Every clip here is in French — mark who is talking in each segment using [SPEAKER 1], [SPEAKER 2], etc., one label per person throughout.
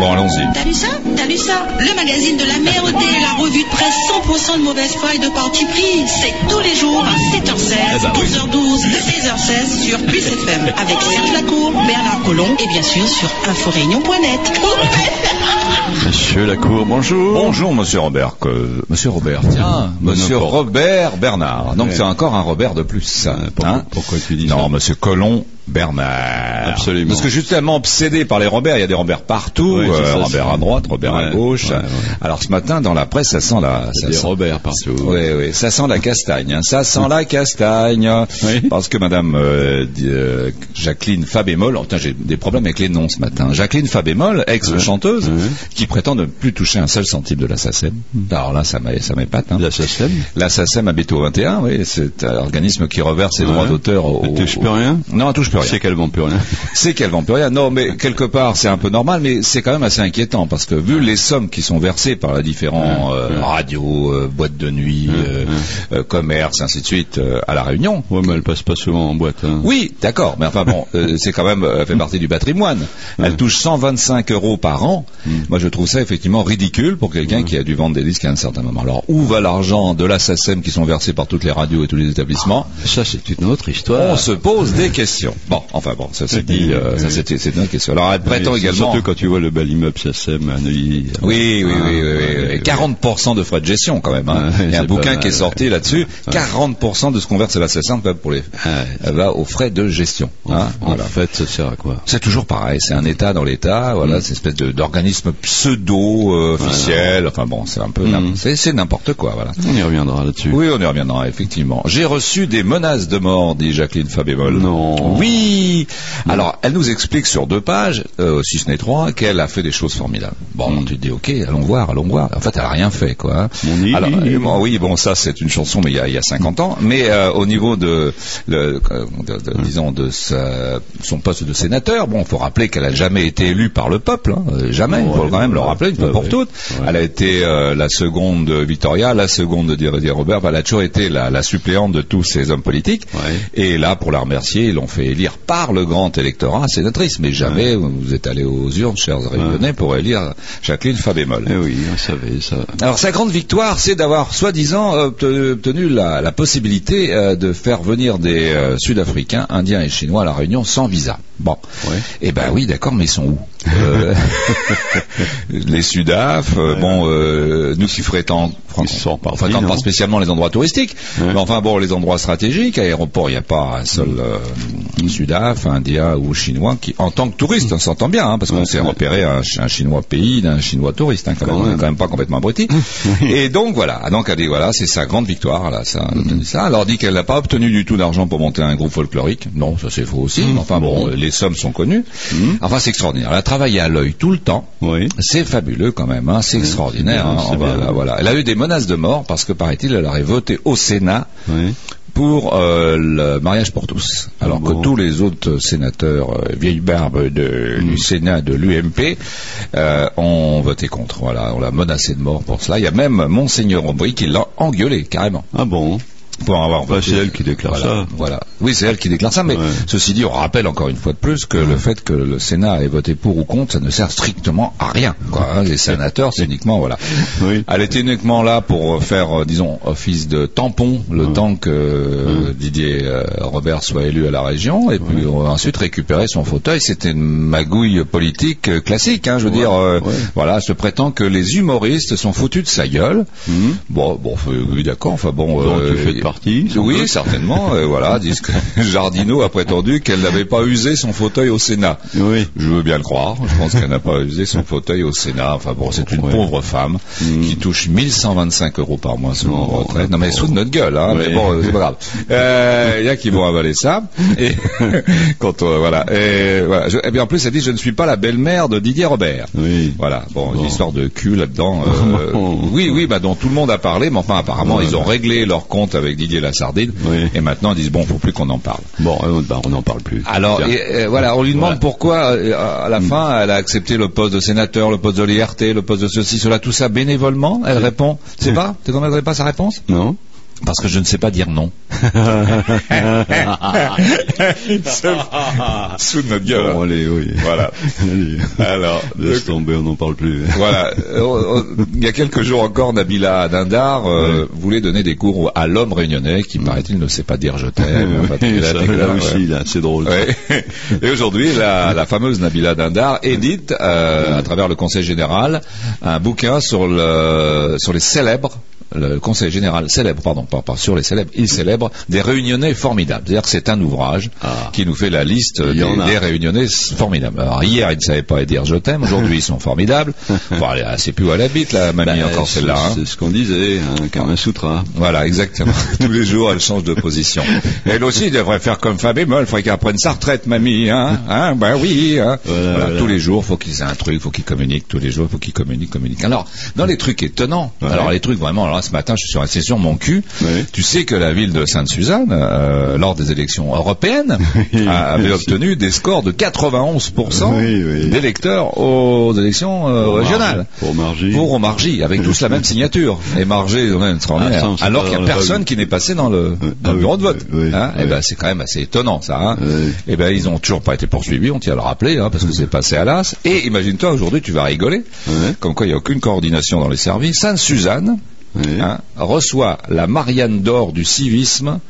[SPEAKER 1] Bon, allons-y.
[SPEAKER 2] T'as lu ça T'as lu ça Le magazine de la merde et la revue de presse 100% de mauvaise foi et de parti pris. C'est tous les jours à 7h16,
[SPEAKER 1] Eh ben oui.
[SPEAKER 2] 11h12 et 16h16 sur Plus FM avec Serge Lacour, Bernard Collomb et bien sûr sur inforéunion.net.
[SPEAKER 1] Monsieur Lacour, bonjour. Bonjour, monsieur Robert. que- Monsieur Robert, tiens. Ah, monsieur Robert Bernard. Donc, c'est encore un Robert de plus. Pourquoi,
[SPEAKER 3] Hein
[SPEAKER 1] tu dis Non, monsieur Colomb Bernard.
[SPEAKER 3] Absolument.
[SPEAKER 1] Parce que je suis tellement obsédé par les Robert. Il y a des Robert partout.
[SPEAKER 3] Oui, c'est
[SPEAKER 1] euh,
[SPEAKER 3] ça,
[SPEAKER 1] Robert
[SPEAKER 3] c'est-
[SPEAKER 1] à droite, Robert à
[SPEAKER 3] Ouais,
[SPEAKER 1] gauche.
[SPEAKER 3] ouais, ouais.
[SPEAKER 1] Alors, ce matin, dans la presse, ça sent la...
[SPEAKER 3] Il y
[SPEAKER 1] ça
[SPEAKER 3] a des
[SPEAKER 1] sent- Oh,
[SPEAKER 3] Robert partout.
[SPEAKER 1] Oui, oui, ça sent la castagne. hein. Ça sent la castagne.
[SPEAKER 3] Oui.
[SPEAKER 1] Parce que Madame euh, di- euh, Jacqueline Fabémol, oh, putain, j'ai des problèmes avec les noms ce matin. Jacqueline Fabémol, ex-chanteuse,
[SPEAKER 3] Ouais.
[SPEAKER 1] qui prétend ne plus toucher un seul centime de la SACEM. Alors là, ça m'a- ça m'épate. Hein.
[SPEAKER 3] Mm. La SACEM
[SPEAKER 1] La SACEM à Béto 21, oui, c'est un organisme qui reverse ses
[SPEAKER 3] Ouais.
[SPEAKER 1] droits d'auteur au...
[SPEAKER 3] Elle touche plus rien
[SPEAKER 1] Non, elle touche plus rien
[SPEAKER 3] C'est qu'elle vend plus rien.
[SPEAKER 1] c'est qu'elle vend plus rien. Non, mais quelque part, c'est un peu normal, mais c'est quand même assez inquiétant parce que vu les sommes qui sont versées par les différents euh, radios, euh, boîtes de nuit, euh, euh, commerces, ainsi de suite, euh, à la Réunion.
[SPEAKER 3] Ouais, mais elle passe pas souvent en boîte. hein.
[SPEAKER 1] Oui, d'accord, mais enfin bon, euh, c'est quand même euh, fait partie du patrimoine. Elle touche 125 euros par an. Moi, je trouve ça effectivement ridicule pour quelqu'un qui a dû vendre des disques à un certain moment. Alors, où va l'argent de la SACEM qui sont versés par toutes les radios et tous les établissements
[SPEAKER 3] Ça, c'est une autre histoire.
[SPEAKER 1] on se pose des questions. Bon, enfin bon, ça c'est dit, euh, ça c'est c'est une autre question. Alors, elle prétend
[SPEAKER 3] Oui,
[SPEAKER 1] également...
[SPEAKER 3] Surtout quand tu vois le bel immeuble SACEM à Neuilly.
[SPEAKER 1] Oui, oui, oui,
[SPEAKER 3] Ah,
[SPEAKER 1] oui, oui,
[SPEAKER 3] ouais,
[SPEAKER 1] oui.
[SPEAKER 3] ouais.
[SPEAKER 1] 40% de frais de gestion quand même. hein.
[SPEAKER 3] Ouais,
[SPEAKER 1] Il y
[SPEAKER 3] c'est
[SPEAKER 1] a un
[SPEAKER 3] pas
[SPEAKER 1] bouquin
[SPEAKER 3] mal.
[SPEAKER 1] qui est sorti là-dessus. 40% de ce qu'on verse à l'assassin va hein, pour les,
[SPEAKER 3] Ah,
[SPEAKER 1] euh,
[SPEAKER 3] Ouais.
[SPEAKER 1] va aux frais de gestion.
[SPEAKER 3] Ah, En,
[SPEAKER 1] hein.
[SPEAKER 3] en
[SPEAKER 1] Voilà.
[SPEAKER 3] fait, ça sert à quoi
[SPEAKER 1] C'est toujours pareil, c'est un État dans l'État,
[SPEAKER 3] Mm.
[SPEAKER 1] voilà, c'est une espèce de- d'organisme pseudo euh, officiel. Enfin bon, c'est un
[SPEAKER 3] Mm.
[SPEAKER 1] peu, n'im- c'est c'est n'importe quoi, voilà.
[SPEAKER 3] On y reviendra là-dessus.
[SPEAKER 1] Oui, on y reviendra, effectivement. J'ai reçu des menaces de mort, dit Jacqueline Fabémol.
[SPEAKER 3] Non.
[SPEAKER 1] Oui. Alors, elle nous explique sur deux pages, euh, si ce n'est trois, qu'elle a fait des choses formidables.
[SPEAKER 3] Hmm.
[SPEAKER 1] Bon, tu te dis, ok, allons voir, allons voir. En fait, elle a rien fait, quoi.
[SPEAKER 3] Mon île.
[SPEAKER 1] Alors, euh, bon, oui, bon, ça, c'est une chanson, mais il y a, il y a 50 ans. Mais euh, au niveau de, le- euh, de- de-
[SPEAKER 3] Hmm.
[SPEAKER 1] disons, de sa- son poste de sénateur, bon, faut rappeler qu'elle a jamais été élue par le peuple, hein, euh, jamais. Il faut
[SPEAKER 3] Ouais,
[SPEAKER 1] quand même le
[SPEAKER 3] ouais,
[SPEAKER 1] rappeler une fois
[SPEAKER 3] ouais,
[SPEAKER 1] pour
[SPEAKER 3] ouais.
[SPEAKER 1] toutes. Elle a été euh, la seconde de Vittoria, la seconde de Di- Di Robert. Enfin, elle a toujours été la, la suppléante de tous ces hommes politiques.
[SPEAKER 3] Ouais.
[SPEAKER 1] Et là, pour la remercier, ils l'ont fait élire par le grand électorat sénatrice. Mais jamais vous êtes allé aux urnes, chers réunionnais, pour élire Jacqueline Fabémol.
[SPEAKER 3] Eh oui, on savait ça.
[SPEAKER 1] Alors sa grande victoire, c'est d'avoir soi-disant obte- obtenu la, la possibilité euh, de faire venir des euh, Sud-Africains, Indiens et Chinois à la Réunion sans visa. Bon,
[SPEAKER 3] Ouais.
[SPEAKER 1] eh ben oui, d'accord, mais ils sont où Euh, Les Sudaf, euh, bon, euh, nous qui fréquentons,
[SPEAKER 3] Ils sont
[SPEAKER 1] on
[SPEAKER 3] partis,
[SPEAKER 1] fréquente pas
[SPEAKER 3] non
[SPEAKER 1] spécialement les endroits touristiques, mais enfin bon, les endroits stratégiques, aéroport, il n'y a pas un seul euh, Sudaf, Indien ou Chinois qui, en tant que touriste, on s'entend bien, hein, parce qu'on s'est repéré un, ch- un Chinois pays d'un Chinois touriste, hein, quand, même, Mm. on est quand même pas complètement abruti. et donc voilà, Ah, donc elle dit voilà, c'est sa grande victoire, là, ça, elle a obtenu ça. Alors elle dit qu'elle n'a pas obtenu du tout d'argent pour monter un groupe folklorique, non, ça c'est faux aussi, mais enfin bon, euh, les sommes sont connues. Enfin c'est extraordinaire, elle a travaillé à l'œil tout le temps.
[SPEAKER 3] Hmm? Oui.
[SPEAKER 1] C'est fabuleux quand même, hein, c'est extraordinaire.
[SPEAKER 3] bien,
[SPEAKER 1] hein,
[SPEAKER 3] c'est
[SPEAKER 1] on va-
[SPEAKER 3] bien.
[SPEAKER 1] voilà. Elle a eu des menaces de mort parce que, paraît-il, elle aurait voté au Sénat
[SPEAKER 3] Oui.
[SPEAKER 1] pour euh, le mariage pour tous. Alors
[SPEAKER 3] Ah bon.
[SPEAKER 1] que tous les autres sénateurs euh, vieilles barbes de-
[SPEAKER 3] Mm.
[SPEAKER 1] du Sénat, de l'UMP, euh, ont voté contre. Voilà, on l'a menacé de mort pour cela. Il y a même Monseigneur Aubry qui l'a engueulé carrément
[SPEAKER 3] Ah bon
[SPEAKER 1] pour avoir
[SPEAKER 3] Bah,
[SPEAKER 1] voté.
[SPEAKER 3] c'est elle qui déclare
[SPEAKER 1] Voilà,
[SPEAKER 3] ça.
[SPEAKER 1] Voilà. Oui, c'est elle qui déclare ça, mais
[SPEAKER 3] Ouais.
[SPEAKER 1] ceci dit, on rappelle encore une fois de plus que le fait que le Sénat ait voté pour ou contre, ça ne sert strictement à rien. quoi, hein. Les sénateurs, c'est uniquement voilà.
[SPEAKER 3] Oui.
[SPEAKER 1] Elle était uniquement là pour euh, faire, euh, disons, office de tampon le temps que euh, Didier euh, Robert soit élu à la région, et puis euh, ensuite récupérer son fauteuil. C'était une magouille politique euh, classique. hein, je veux dire, euh, voilà, se prétend que les humoristes sont foutus de sa gueule. Bon, bon, euh, oui, d'accord. Enfin bon,
[SPEAKER 3] Hmm. Donc,
[SPEAKER 1] euh,
[SPEAKER 3] tu fais
[SPEAKER 1] il-
[SPEAKER 3] partie sans
[SPEAKER 1] Oui,
[SPEAKER 3] doute.
[SPEAKER 1] certainement. euh, voilà, disent que Jardineau a prétendu qu'elle n'avait pas usé son fauteuil au Sénat.
[SPEAKER 3] Oui.
[SPEAKER 1] Je veux bien le croire. Je pense qu'elle n'a pas usé son fauteuil au Sénat. Enfin bon, c'est une
[SPEAKER 3] Ouais. Hmm.
[SPEAKER 1] pauvre femme qui touche 1125 euros par mois selon
[SPEAKER 3] Non,
[SPEAKER 1] la retraite. Non mais
[SPEAKER 3] attends.
[SPEAKER 1] sous de notre gueule, hein.
[SPEAKER 3] Oh, Ouais.
[SPEAKER 1] Mais bon, euh, c'est pas grave. Euh, Il y a qui vont avaler ça. Et quand on- voilà. Et voilà. Je- et bien en plus, elle dit je ne suis pas la belle-mère de Didier Robert.
[SPEAKER 3] Oui.
[SPEAKER 1] Voilà, bon, une histoire de cul là-dedans. euh,
[SPEAKER 3] Bon.
[SPEAKER 1] oui, oui, bah, dont tout le monde a parlé, mais enfin, apparemment, ils ont réglé leur compte avec Didier Lassardine,
[SPEAKER 3] Oui.
[SPEAKER 1] et maintenant, ils disent, bon, faut plus qu'on en parle.
[SPEAKER 3] Bon, euh, bah, on n'en parle plus.
[SPEAKER 1] Alors,
[SPEAKER 3] Tiens.
[SPEAKER 1] et, euh, voilà, on lui demande
[SPEAKER 3] Voilà.
[SPEAKER 1] pourquoi, euh, à la fin, elle a accepté le poste de sénateur, le poste de l'IRT, le poste de ceci, cela, tout ça bénévolement. Elle répond, c'est pas, tu ne pas sa réponse
[SPEAKER 3] Non
[SPEAKER 1] Mm. Parce que je ne sais pas dire non. Sous notre gueule.
[SPEAKER 3] Bon, allez, oui.
[SPEAKER 1] Voilà.
[SPEAKER 3] Allez.
[SPEAKER 1] Alors,
[SPEAKER 3] Laisse tomber, on n'en parle plus.
[SPEAKER 1] Voilà. Euh, euh, Il y a quelques jours encore, Nabila Dindar euh, voulait donner des cours à l'homme réunionnais qui, paraît-il, ne sait pas dire je t'aime.
[SPEAKER 3] Mm. Oui,
[SPEAKER 1] Enfin, tout
[SPEAKER 3] ça,
[SPEAKER 1] la dégueulasse,
[SPEAKER 3] là
[SPEAKER 1] ouais.
[SPEAKER 3] aussi, là, c'est drôle.
[SPEAKER 1] Ouais. Et aujourd'hui, la, la fameuse Nabila Dindar édite, euh, à travers le Conseil général, un bouquin sur, le, sur les célèbres. Le Conseil général célèbre, pardon, pas, pas sur les célèbres, il célèbre des réunionnais formidables. C'est-à-dire que c'est un ouvrage
[SPEAKER 3] Ah.
[SPEAKER 1] qui nous fait la liste
[SPEAKER 3] Il y
[SPEAKER 1] des,
[SPEAKER 3] en a.
[SPEAKER 1] des réunionnais formidables. Alors hier, ils ne savaient pas dire je t'aime. Aujourd'hui, ils sont formidables. Bon, allez, ah, c'est plus où elle habite, la mamie,
[SPEAKER 3] Bah,
[SPEAKER 1] encore
[SPEAKER 3] c'est-
[SPEAKER 1] celle-là. hein.
[SPEAKER 3] C'est ce qu'on disait, un Kama Sutra.
[SPEAKER 1] Voilà, exactement. Tous les jours, elle change de position. Elle aussi devrait faire comme Fabé Moll, il faudrait qu'elle prenne sa retraite, mamie. Hein, hein ben oui. Hein.
[SPEAKER 3] Voilà,
[SPEAKER 1] Voilà,
[SPEAKER 3] voilà.
[SPEAKER 1] Tous les jours, faut qu'ils aient un truc, faut qu'ils communiquent. Tous les jours, faut qu'ils communiquent, communiquent. Alors, dans les trucs étonnants,
[SPEAKER 3] Ouais.
[SPEAKER 1] alors les trucs vraiment, alors là, ce matin, je suis resté sur mon cul.
[SPEAKER 3] Ouais.
[SPEAKER 1] Tu sais que la ville de Sainte-Suzanne, euh, lors des élections européennes,
[SPEAKER 3] Oui,
[SPEAKER 1] a- avait
[SPEAKER 3] merci.
[SPEAKER 1] obtenu des scores de 91%
[SPEAKER 3] Oui, oui.
[SPEAKER 1] d'électeurs aux élections euh,
[SPEAKER 3] Pour Margie.
[SPEAKER 1] régionales
[SPEAKER 3] Pour Margie.
[SPEAKER 1] pour Omargy, avec tous la même signature. Et Margie, quand même, extraordinaire.
[SPEAKER 3] Ah, ça, on sait
[SPEAKER 1] Alors
[SPEAKER 3] pas
[SPEAKER 1] qu'il n'y
[SPEAKER 3] dans
[SPEAKER 1] a
[SPEAKER 3] la
[SPEAKER 1] personne
[SPEAKER 3] rue.
[SPEAKER 1] qui n'est passé dans le,
[SPEAKER 3] Ouais.
[SPEAKER 1] dans le
[SPEAKER 3] Ah
[SPEAKER 1] bureau
[SPEAKER 3] oui,
[SPEAKER 1] de vote.
[SPEAKER 3] oui,
[SPEAKER 1] Hein
[SPEAKER 3] oui.
[SPEAKER 1] Eh ben, c'est quand même assez étonnant, ça. hein.
[SPEAKER 3] Oui.
[SPEAKER 1] Eh ben, ils ont toujours pas été poursuivis, on tient à le rappeler, hein, parce que c'est passé à l'as. Et imagine-toi, aujourd'hui, tu vas rigoler.
[SPEAKER 3] Ouais.
[SPEAKER 1] Comme quoi, il n'y a aucune coordination dans les services. Sainte-Suzanne,
[SPEAKER 3] Ouais.
[SPEAKER 1] hein, reçoit la Marianne d'or du civisme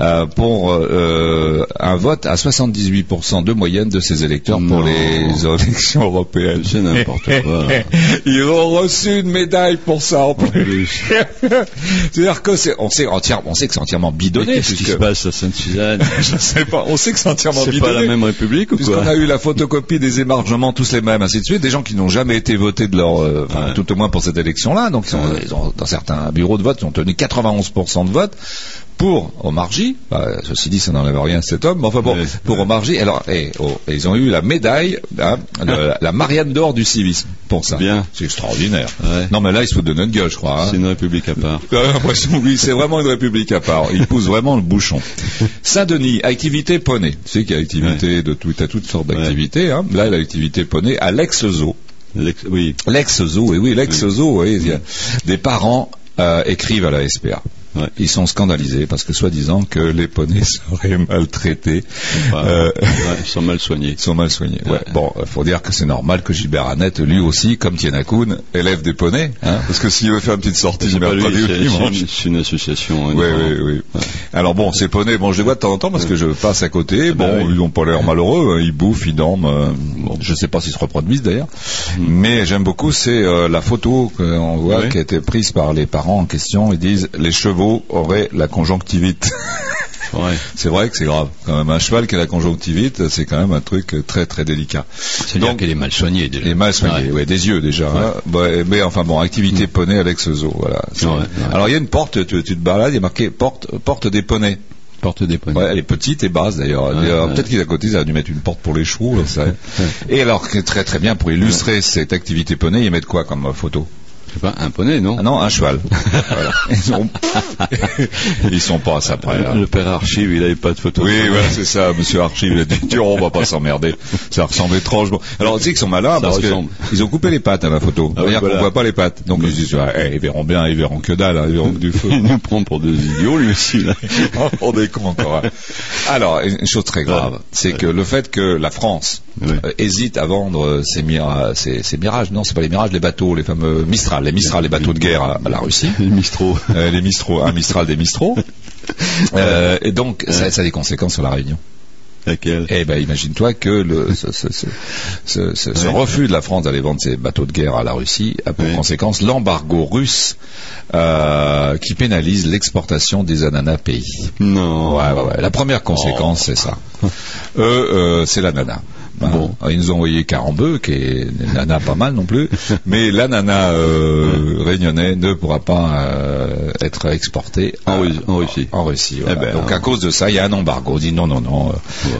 [SPEAKER 1] euh, pour euh, un vote à 78% de moyenne de ses électeurs pour
[SPEAKER 3] Non.
[SPEAKER 1] les élections européennes.
[SPEAKER 3] C'est n'importe quoi.
[SPEAKER 1] Ils ont reçu une médaille pour ça en plus. C'est-à-dire que c'est, on sait entière- on sait que c'est entièrement
[SPEAKER 3] Mais
[SPEAKER 1] bidonné.
[SPEAKER 3] Qu'est-ce qui
[SPEAKER 1] puisque-
[SPEAKER 3] se passe à Sainte-Suzanne
[SPEAKER 1] Je sais pas. On sait que c'est entièrement
[SPEAKER 3] C'est
[SPEAKER 1] bidonné.
[SPEAKER 3] pas la même République ou
[SPEAKER 1] Puisqu'on
[SPEAKER 3] quoi
[SPEAKER 1] a eu la photocopie des émargements, tous les mêmes, ainsi de suite, des gens qui n'ont jamais été votés de leur, euh, enfin,
[SPEAKER 3] Ouais.
[SPEAKER 1] tout au moins pour cette élection-là, donc ils, sont- ils ont, dans certains bureaux de vote, ils ont tenu 91% de vote pour Omar J. Bah, ceci dit, ça n'enlève rien à cet homme, mais enfin bon,
[SPEAKER 3] Ouais.
[SPEAKER 1] pour Omar J. Alors, eh, oh, et ils ont eu la médaille, hein, le- la Marianne d'or du civisme pour ça.
[SPEAKER 3] Ah. Bien.
[SPEAKER 1] C'est extraordinaire.
[SPEAKER 3] Ouais.
[SPEAKER 1] Non, mais là, ils se foutent de notre gueule, je crois. hein.
[SPEAKER 3] C'est une République à part.
[SPEAKER 1] T'as l'impression que lui, c'est vraiment une république à part. Il pousse vraiment le bouchon. Saint-Denis, activité poney. Tu sais qu'il y a activité de tout, t'as toutes sortes
[SPEAKER 3] Ouais.
[SPEAKER 1] d'activités. hein. Là, l'activité poney à l'ex-zoo.
[SPEAKER 3] L'ex- Oui.
[SPEAKER 1] L'ex-zoo, et oui, l'ex-zoo. oui, il y a- Des parents euh, écrivent à la SPA.
[SPEAKER 3] Ouais.
[SPEAKER 1] Ils sont scandalisés parce que soi-disant que les poneys seraient maltraités,
[SPEAKER 3] Enfin,
[SPEAKER 1] Euh.
[SPEAKER 3] ouais, ils sont mal soignés.
[SPEAKER 1] ils sont mal soignés. Ouais.
[SPEAKER 3] Ouais.
[SPEAKER 1] Bon, euh, faut dire que c'est normal que Gilbert Annette, lui aussi, comme Tiana Kuhn, élève des poneys, hein, parce que s'il veut faire une petite sortie
[SPEAKER 3] C'est
[SPEAKER 1] du
[SPEAKER 3] pas lui,
[SPEAKER 1] mercredi ou
[SPEAKER 3] c'est- c'est
[SPEAKER 1] dimanche,
[SPEAKER 3] une- c'est une association. hein,
[SPEAKER 1] Oui, oui,
[SPEAKER 3] indépendante.
[SPEAKER 1] oui. Alors bon, ces poneys, bon, je les vois de temps en temps parce que je passe à côté. Bon,
[SPEAKER 3] ben oui.
[SPEAKER 1] ils n'ont pas l'air malheureux. hein, Ils bouffent, ils dorment. euh, bon, je sais pas s'ils se reproduisent d'ailleurs. Mais j'aime beaucoup, c'est euh, la photo qu'on voit
[SPEAKER 3] Oui.
[SPEAKER 1] qui a été prise par les parents en question. Ils disent les chevaux auraient la conjonctivite.
[SPEAKER 3] Ouais.
[SPEAKER 1] c'est vrai que c'est grave. Quand même, un cheval qui a la conjonctivite, c'est quand même un truc très très délicat.
[SPEAKER 3] C'est-à-dire
[SPEAKER 1] Donc-
[SPEAKER 3] qu'elle est mal soignée déjà.
[SPEAKER 1] Les mal soignés, ouais. des yeux déjà. hein. Bah, mais enfin bon, activité poney avec ce zoo, voilà. C'est-
[SPEAKER 3] Ouais, ouais.
[SPEAKER 1] Alors il y a une porte, tu, tu te balades, il y a marqué porte, porte des poneys.
[SPEAKER 3] Porte des poneys.
[SPEAKER 1] Ouais, elle est petite et basse d'ailleurs.
[SPEAKER 3] Ouais,
[SPEAKER 1] Euh,
[SPEAKER 3] ouais.
[SPEAKER 1] Peut-être qu'ils à côté, ils auraient dû mettre une porte pour les chevaux. là, ça. Et alors, que très très bien, pour illustrer cette activité poney, ils mettent quoi comme euh, photo
[SPEAKER 3] C'est pas un poney, non
[SPEAKER 1] Ah non, un cheval. Voilà. ils, ont- ils sont pas à ça près. là.
[SPEAKER 3] Le père Archive, il avait pas de photo.
[SPEAKER 1] Oui, voilà, c'est ça, monsieur Archie, il a dit, Tiens, on va pas s'emmerder. Ça ressemble étrangement. Alors, tu sais qu'ils sont malins
[SPEAKER 3] Ça
[SPEAKER 1] parce que
[SPEAKER 3] ressemble.
[SPEAKER 1] ils ont coupé les pattes à la photo.
[SPEAKER 3] Ah oui,
[SPEAKER 1] C'est-à-dire
[SPEAKER 3] voilà.
[SPEAKER 1] qu'on voit pas les pattes. Donc, ils se disent, Ah, eh, ils verront bien, ils verront que dalle, hein, ils verront que du feu.
[SPEAKER 3] Il nous prend pour deux idiots, lui aussi, là.
[SPEAKER 1] on est con encore. hein. Alors, une chose très grave,
[SPEAKER 3] Ouais.
[SPEAKER 1] c'est que le fait que la France
[SPEAKER 3] Ouais.
[SPEAKER 1] euh, hésite à vendre euh, ses, mira- ses- ses mirages, non, c'est pas les mirages, les bateaux, les fameux Mistral, les Mistral, les bateaux de guerre à- à la Russie.
[SPEAKER 3] Les Mistros.
[SPEAKER 1] Euh, les Mistros, un Mistral des Mistros. Euh, et donc, ça, ça a des conséquences sur la Réunion.
[SPEAKER 3] Laquelle
[SPEAKER 1] Eh ben, imagine-toi que le, ce, ce- ce- ce- ce- ce
[SPEAKER 3] Ouais.
[SPEAKER 1] refus de la France d'aller vendre ses bateaux de guerre à la Russie a pour
[SPEAKER 3] Ouais.
[SPEAKER 1] conséquence l'embargo russe euh, qui pénalise l'exportation des ananas pays.
[SPEAKER 3] Non.
[SPEAKER 1] Ouais, ouais, ouais. La première
[SPEAKER 3] Oh.
[SPEAKER 1] conséquence, c'est ça. Eux, euh, c'est l'ananas. Hein.
[SPEAKER 3] Bon.
[SPEAKER 1] Ils nous ont envoyé Carambeu, qui est une nana pas mal non plus, mais l'ananas euh, réunionnais ne pourra pas euh, être exporté
[SPEAKER 3] En
[SPEAKER 1] à-
[SPEAKER 3] Russie- en Russie.
[SPEAKER 1] en Russie, voilà.
[SPEAKER 3] Eh ben,
[SPEAKER 1] Donc à
[SPEAKER 3] hein.
[SPEAKER 1] cause de ça, il y a un embargo. On dit non, non, non. euh,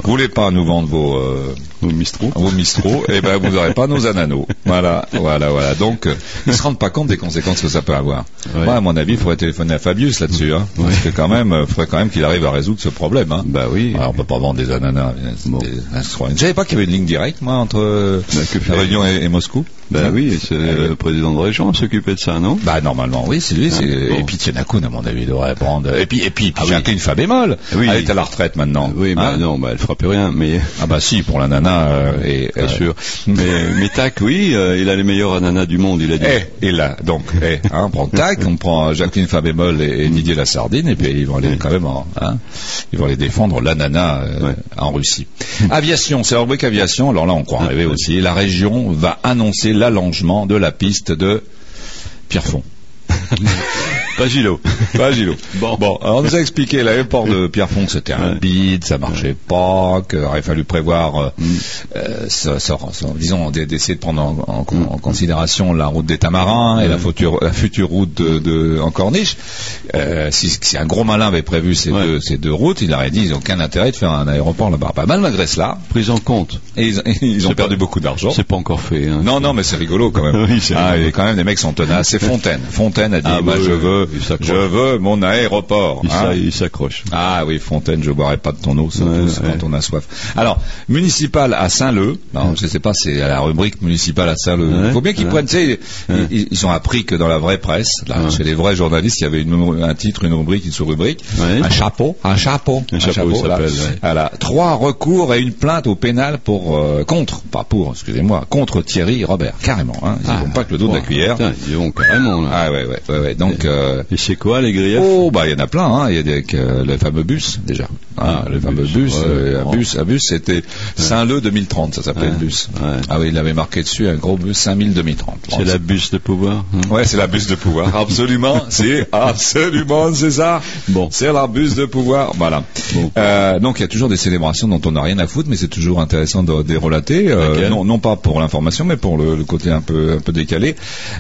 [SPEAKER 1] Vous voulez pas nous vendre vos, euh,
[SPEAKER 3] Au bistrot.
[SPEAKER 1] vos bistrots, eh ben vous n'aurez pas nos ananos. Voilà, voilà, voilà. Donc, euh, ils se rendent pas compte des conséquences que ça peut avoir.
[SPEAKER 3] Ouais.
[SPEAKER 1] Moi, à mon avis, il faudrait téléphoner à Fabius là-dessus. Hein, Parce que quand même, il faudrait quand même qu'il arrive à résoudre ce problème. Hein.
[SPEAKER 3] Bah oui.
[SPEAKER 1] Alors, on peut pas vendre des ananas. c'est
[SPEAKER 3] Bon.
[SPEAKER 1] des- c'est- Je savais pas qu'il y avait une ligne directe, moi, entre euh,
[SPEAKER 3] que
[SPEAKER 1] la
[SPEAKER 3] faire
[SPEAKER 1] Réunion et, et Moscou.
[SPEAKER 3] Bah oui, c'est
[SPEAKER 1] Ah
[SPEAKER 3] le président de région à s'occuper de ça, non
[SPEAKER 1] Bah normalement oui, c'est lui. c'est-
[SPEAKER 3] bon.
[SPEAKER 1] Et puis Tianakun, à mon avis, il devrait prendre. Et puis et puis, puis
[SPEAKER 3] Ah oui.
[SPEAKER 1] chacun une fa bémol.
[SPEAKER 3] Oui.
[SPEAKER 1] Elle est à la retraite maintenant.
[SPEAKER 3] Oui, bah
[SPEAKER 1] Hein
[SPEAKER 3] non, bah elle fera plus rien, mais
[SPEAKER 1] Ah bah si pour la nana euh, et
[SPEAKER 3] bien
[SPEAKER 1] euh,
[SPEAKER 3] sûr. Mais, mais tac, oui, euh, il a les meilleurs ananas du monde, il a dit.
[SPEAKER 1] Eh, et là, donc, eh, hein, on prend Tac, on prend Jacqueline Fabémol et, et Didier la Sardine, et puis ils vont aller quand même, en, hein, ils vont aller défendre l'ananas euh,
[SPEAKER 3] Ouais.
[SPEAKER 1] en Russie. Aviation, c'est la rubrique aviation. Alors là, on croit rêver aussi. La région va annoncer l'allongement de la piste de Pierrefonds.
[SPEAKER 3] Pas Gilo.
[SPEAKER 1] Pas Gilou.
[SPEAKER 3] Bon.
[SPEAKER 1] Bon, alors on nous a expliqué l'aéroport de Pierrefonds, c'était un
[SPEAKER 3] Ouais.
[SPEAKER 1] bide, ça marchait pas, qu'il aurait fallu prévoir, euh,
[SPEAKER 3] Mm.
[SPEAKER 1] euh, ça- ça- ça- disons, d- d'essayer de prendre en, en-
[SPEAKER 3] Mm.
[SPEAKER 1] en considération la route des Tamarins et la, future, la future route de, de- en Corniche. Euh, si, si un gros malin avait prévu ces,
[SPEAKER 3] Ouais.
[SPEAKER 1] deux, ces deux routes, il aurait dit, ils n'ont aucun intérêt de faire un aéroport là-bas. Pas mal malgré cela,
[SPEAKER 3] Prise en compte.
[SPEAKER 1] et ils, ils ont
[SPEAKER 3] C'est
[SPEAKER 1] perdu
[SPEAKER 3] pas-
[SPEAKER 1] beaucoup d'argent.
[SPEAKER 3] C'est pas encore fait. Hein.
[SPEAKER 1] Non, non, mais c'est rigolo quand même.
[SPEAKER 3] Oui, c'est
[SPEAKER 1] ah,
[SPEAKER 3] rigolo.
[SPEAKER 1] et quand même, les mecs sont tenaces. C'est Fontaine. Fontaine a dit,
[SPEAKER 3] Ah,
[SPEAKER 1] bah,
[SPEAKER 3] oui,
[SPEAKER 1] je
[SPEAKER 3] oui,
[SPEAKER 1] veux,
[SPEAKER 3] il s'accroche.
[SPEAKER 1] je veux mon aéroport.
[SPEAKER 3] Il
[SPEAKER 1] hein.
[SPEAKER 3] s'a- il s'accroche.
[SPEAKER 1] Ah oui, Fontaine, je boirai pas de ton eau, surtout
[SPEAKER 3] Ouais,
[SPEAKER 1] c'est
[SPEAKER 3] ouais.
[SPEAKER 1] quand on a soif. Alors, municipal à Saint-Leu, alors, je sais pas, c'est à la rubrique municipal à Saint-Leu. Il
[SPEAKER 3] Ouais,
[SPEAKER 1] faut bien qu'ils
[SPEAKER 3] ouais.
[SPEAKER 1] prennent, tu sais,
[SPEAKER 3] Ouais.
[SPEAKER 1] ils, ils ont appris que dans la vraie presse, là,
[SPEAKER 3] Ouais.
[SPEAKER 1] chez les vrais journalistes, il y avait une, un titre, une rubrique, une sous-rubrique,
[SPEAKER 3] Ouais.
[SPEAKER 1] un chapeau, un chapeau,
[SPEAKER 3] Un chapeau, ça
[SPEAKER 1] voilà.
[SPEAKER 3] s'appelle, ouais.
[SPEAKER 1] Voilà. Trois recours et une plainte au pénal pour, euh, contre, pas pour, excusez-moi, contre Thierry Robert, carrément, hein. Ils
[SPEAKER 3] Ah,
[SPEAKER 1] n'ont pas que le dos de la
[SPEAKER 3] bon,
[SPEAKER 1] cuillère.
[SPEAKER 3] Putain, ils vont carrément, là.
[SPEAKER 1] Ah ouais, ouais, ouais, ouais. Donc, euh,
[SPEAKER 3] Et c'est quoi, les griefs
[SPEAKER 1] Oh, bah, il y en a plein, hein. Il y a des, que- le fameux bus, déjà. Ah, le
[SPEAKER 3] le
[SPEAKER 1] fameux
[SPEAKER 3] bus,
[SPEAKER 1] bus,
[SPEAKER 3] ouais,
[SPEAKER 1] euh,
[SPEAKER 3] bon.
[SPEAKER 1] un bus, un bus, c'était Saint-Leu 2030, ça s'appelait
[SPEAKER 3] Ouais,
[SPEAKER 1] le bus.
[SPEAKER 3] ouais.
[SPEAKER 1] Ah oui, il avait marqué dessus un gros bus 5000 2030.
[SPEAKER 3] C'est la buse de pouvoir. hein.
[SPEAKER 1] Ouais, c'est la buse de pouvoir. Absolument, c'est absolument, c'est ça.
[SPEAKER 3] Bon.
[SPEAKER 1] c'est la buse de pouvoir. Voilà.
[SPEAKER 3] Bon.
[SPEAKER 1] Euh, donc il y a toujours des célébrations dont on n'a rien à foutre, mais c'est toujours intéressant de, de les relater. euh,
[SPEAKER 3] Laquelle
[SPEAKER 1] non, non pas pour l'information, mais pour le, le côté un peu, un peu décalé.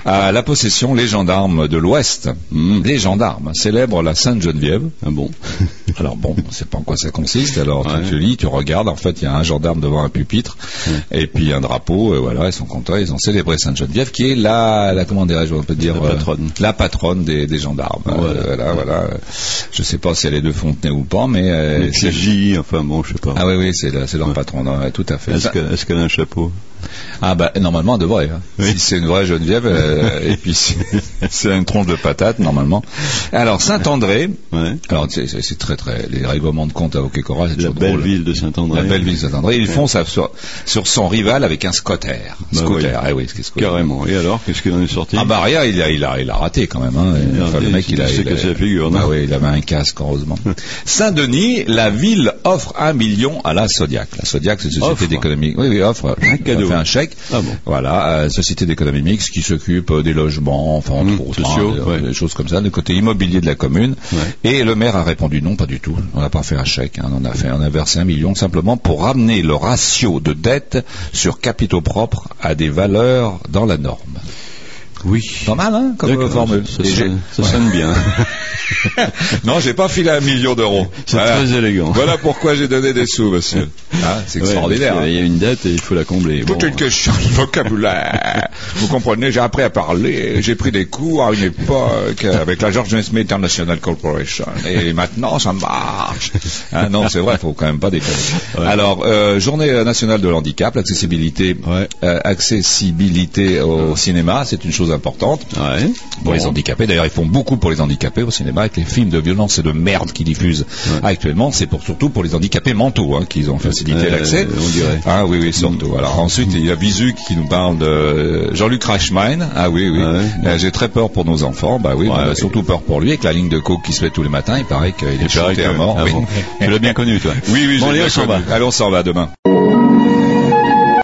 [SPEAKER 1] À la possession, les gendarmes de l'Ouest, les gendarmes célèbrent la Sainte Geneviève.
[SPEAKER 3] Hmm. Ah bon
[SPEAKER 1] Alors bon, on sait pas en quoi ça consiste. Alors
[SPEAKER 3] Ouais.
[SPEAKER 1] tu, tu lis, tu regardes. En fait, il y a un gendarme devant un pupitre et puis un drapeau. Et voilà, ils sont contents. Ils ont célébré Sainte Geneviève, qui est la, la comment dirais-je, on peut dire
[SPEAKER 3] La patronne.
[SPEAKER 1] euh, la patronne des, des gendarmes. Euh, voilà,
[SPEAKER 3] Voilà.
[SPEAKER 1] voilà. Je sais pas si elle est de Fontenay ou pas, mais, euh,
[SPEAKER 3] Mais
[SPEAKER 1] c'est-
[SPEAKER 3] C'est J, enfin bon, je sais pas.
[SPEAKER 1] ah oui, oui, c'est le- c'est leur patron, ouais, tout à fait.
[SPEAKER 3] Est-ce
[SPEAKER 1] Ça-
[SPEAKER 3] qu'elle est-ce qu'elle a un chapeau
[SPEAKER 1] Ah bah normalement elle devrait. hein.
[SPEAKER 3] Oui.
[SPEAKER 1] Si c'est une vraie Geneviève, euh, et puis si c'est une tronche de patate normalement. Alors Saint-André,
[SPEAKER 3] Ouais.
[SPEAKER 1] alors c'est- c'est c'est très très les règlements de compte à Okekora, c'est
[SPEAKER 3] La
[SPEAKER 1] toujours
[SPEAKER 3] belle
[SPEAKER 1] drôle.
[SPEAKER 3] ville de Saint-André.
[SPEAKER 1] La belle ville de Saint-André. Ils font ça sur, sur son rival avec un scotter.
[SPEAKER 3] Bah
[SPEAKER 1] scooter, ah oui, ce qui est scooter.
[SPEAKER 3] Carrément. Et alors, qu'est-ce qu'il en est sorti
[SPEAKER 1] Ah bah rien, il a, il a, il a raté quand même. Hein.
[SPEAKER 3] Il a
[SPEAKER 1] Enfin,
[SPEAKER 3] raté,
[SPEAKER 1] le mec,
[SPEAKER 3] il
[SPEAKER 1] il a,
[SPEAKER 3] s'est
[SPEAKER 1] il a-
[SPEAKER 3] cassé la figure, non
[SPEAKER 1] Ah oui, il avait un casque heureusement. Saint-Denis, la ville offre un million à la Sodiac. La Sodiac, c'est une société
[SPEAKER 3] Offre.
[SPEAKER 1] d'économie. Oui, oui, offre. Un
[SPEAKER 3] cadeau.
[SPEAKER 1] Fait un chèque.
[SPEAKER 3] Ah bon.
[SPEAKER 1] Voilà, euh, société d'économie mixte qui s'occupe euh, des logements, enfin entre
[SPEAKER 3] Mmh,
[SPEAKER 1] autres,
[SPEAKER 3] sociaux,
[SPEAKER 1] des,
[SPEAKER 3] ouais.
[SPEAKER 1] des choses comme ça, du côté immobilier de la commune.
[SPEAKER 3] Ouais.
[SPEAKER 1] Et le maire a répondu non, pas du tout. On n'a pas fait un chèque. hein. On a fait, on a versé un million simplement pour ramener le ratio de dette sur capitaux propres à des valeurs dans la norme.
[SPEAKER 3] Oui.
[SPEAKER 1] Pas mal, hein, comme euh, formule.
[SPEAKER 3] Ça,
[SPEAKER 1] Et j'ai-
[SPEAKER 3] sonne, ça sonne bien.
[SPEAKER 1] Non, j'ai pas filé un million d'euros.
[SPEAKER 3] C'est très élégant.
[SPEAKER 1] Voilà pourquoi j'ai donné des sous, monsieur. Ah, c'est
[SPEAKER 3] Ouais,
[SPEAKER 1] extraordinaire.
[SPEAKER 3] parce que Il y a une date et il faut la combler.
[SPEAKER 1] Tout
[SPEAKER 3] Bon,
[SPEAKER 1] est une question de vocabulaire. Vous comprenez, j'ai appris à parler, j'ai pris des cours à une époque euh, avec la George Smith International Corporation. Et maintenant, ça marche. Ah non, c'est vrai, faut quand même pas déconner. Alors, euh, journée nationale de l'handicap, l'accessibilité,
[SPEAKER 3] Ouais.
[SPEAKER 1] euh, accessibilité au cinéma, c'est une chose importante.
[SPEAKER 3] Ouais.
[SPEAKER 1] Pour les handicapés, d'ailleurs, ils font beaucoup pour les handicapés au cinéma avec les films de violence et de merde qu'ils diffusent actuellement. C'est pour surtout pour les handicapés mentaux hein, qu'ils ont facilité
[SPEAKER 3] Euh,
[SPEAKER 1] l'accès.
[SPEAKER 3] on dirait. Mm.
[SPEAKER 1] Ah oui, oui, surtout. Alors ensuite, il y a Bizu qui nous parle de Jean-Luc Reichmann. Ah oui, oui.
[SPEAKER 3] Ouais.
[SPEAKER 1] Euh, J'ai très peur pour nos enfants. Bah oui,
[SPEAKER 3] Ouais,
[SPEAKER 1] on a
[SPEAKER 3] ouais.
[SPEAKER 1] surtout peur pour lui avec la ligne de coke qui se fait tous les matins. Il paraît qu'il est
[SPEAKER 3] Il paraît
[SPEAKER 1] chanté
[SPEAKER 3] que-
[SPEAKER 1] à mort.
[SPEAKER 3] Ah
[SPEAKER 1] oui.
[SPEAKER 3] bon. Tu l'as bien connu, toi.
[SPEAKER 1] Oui, oui,
[SPEAKER 3] Bon,
[SPEAKER 1] j'ai
[SPEAKER 3] allez,
[SPEAKER 1] bien
[SPEAKER 3] on s'en
[SPEAKER 1] connu.
[SPEAKER 3] va.
[SPEAKER 1] Allez, on s'en va demain.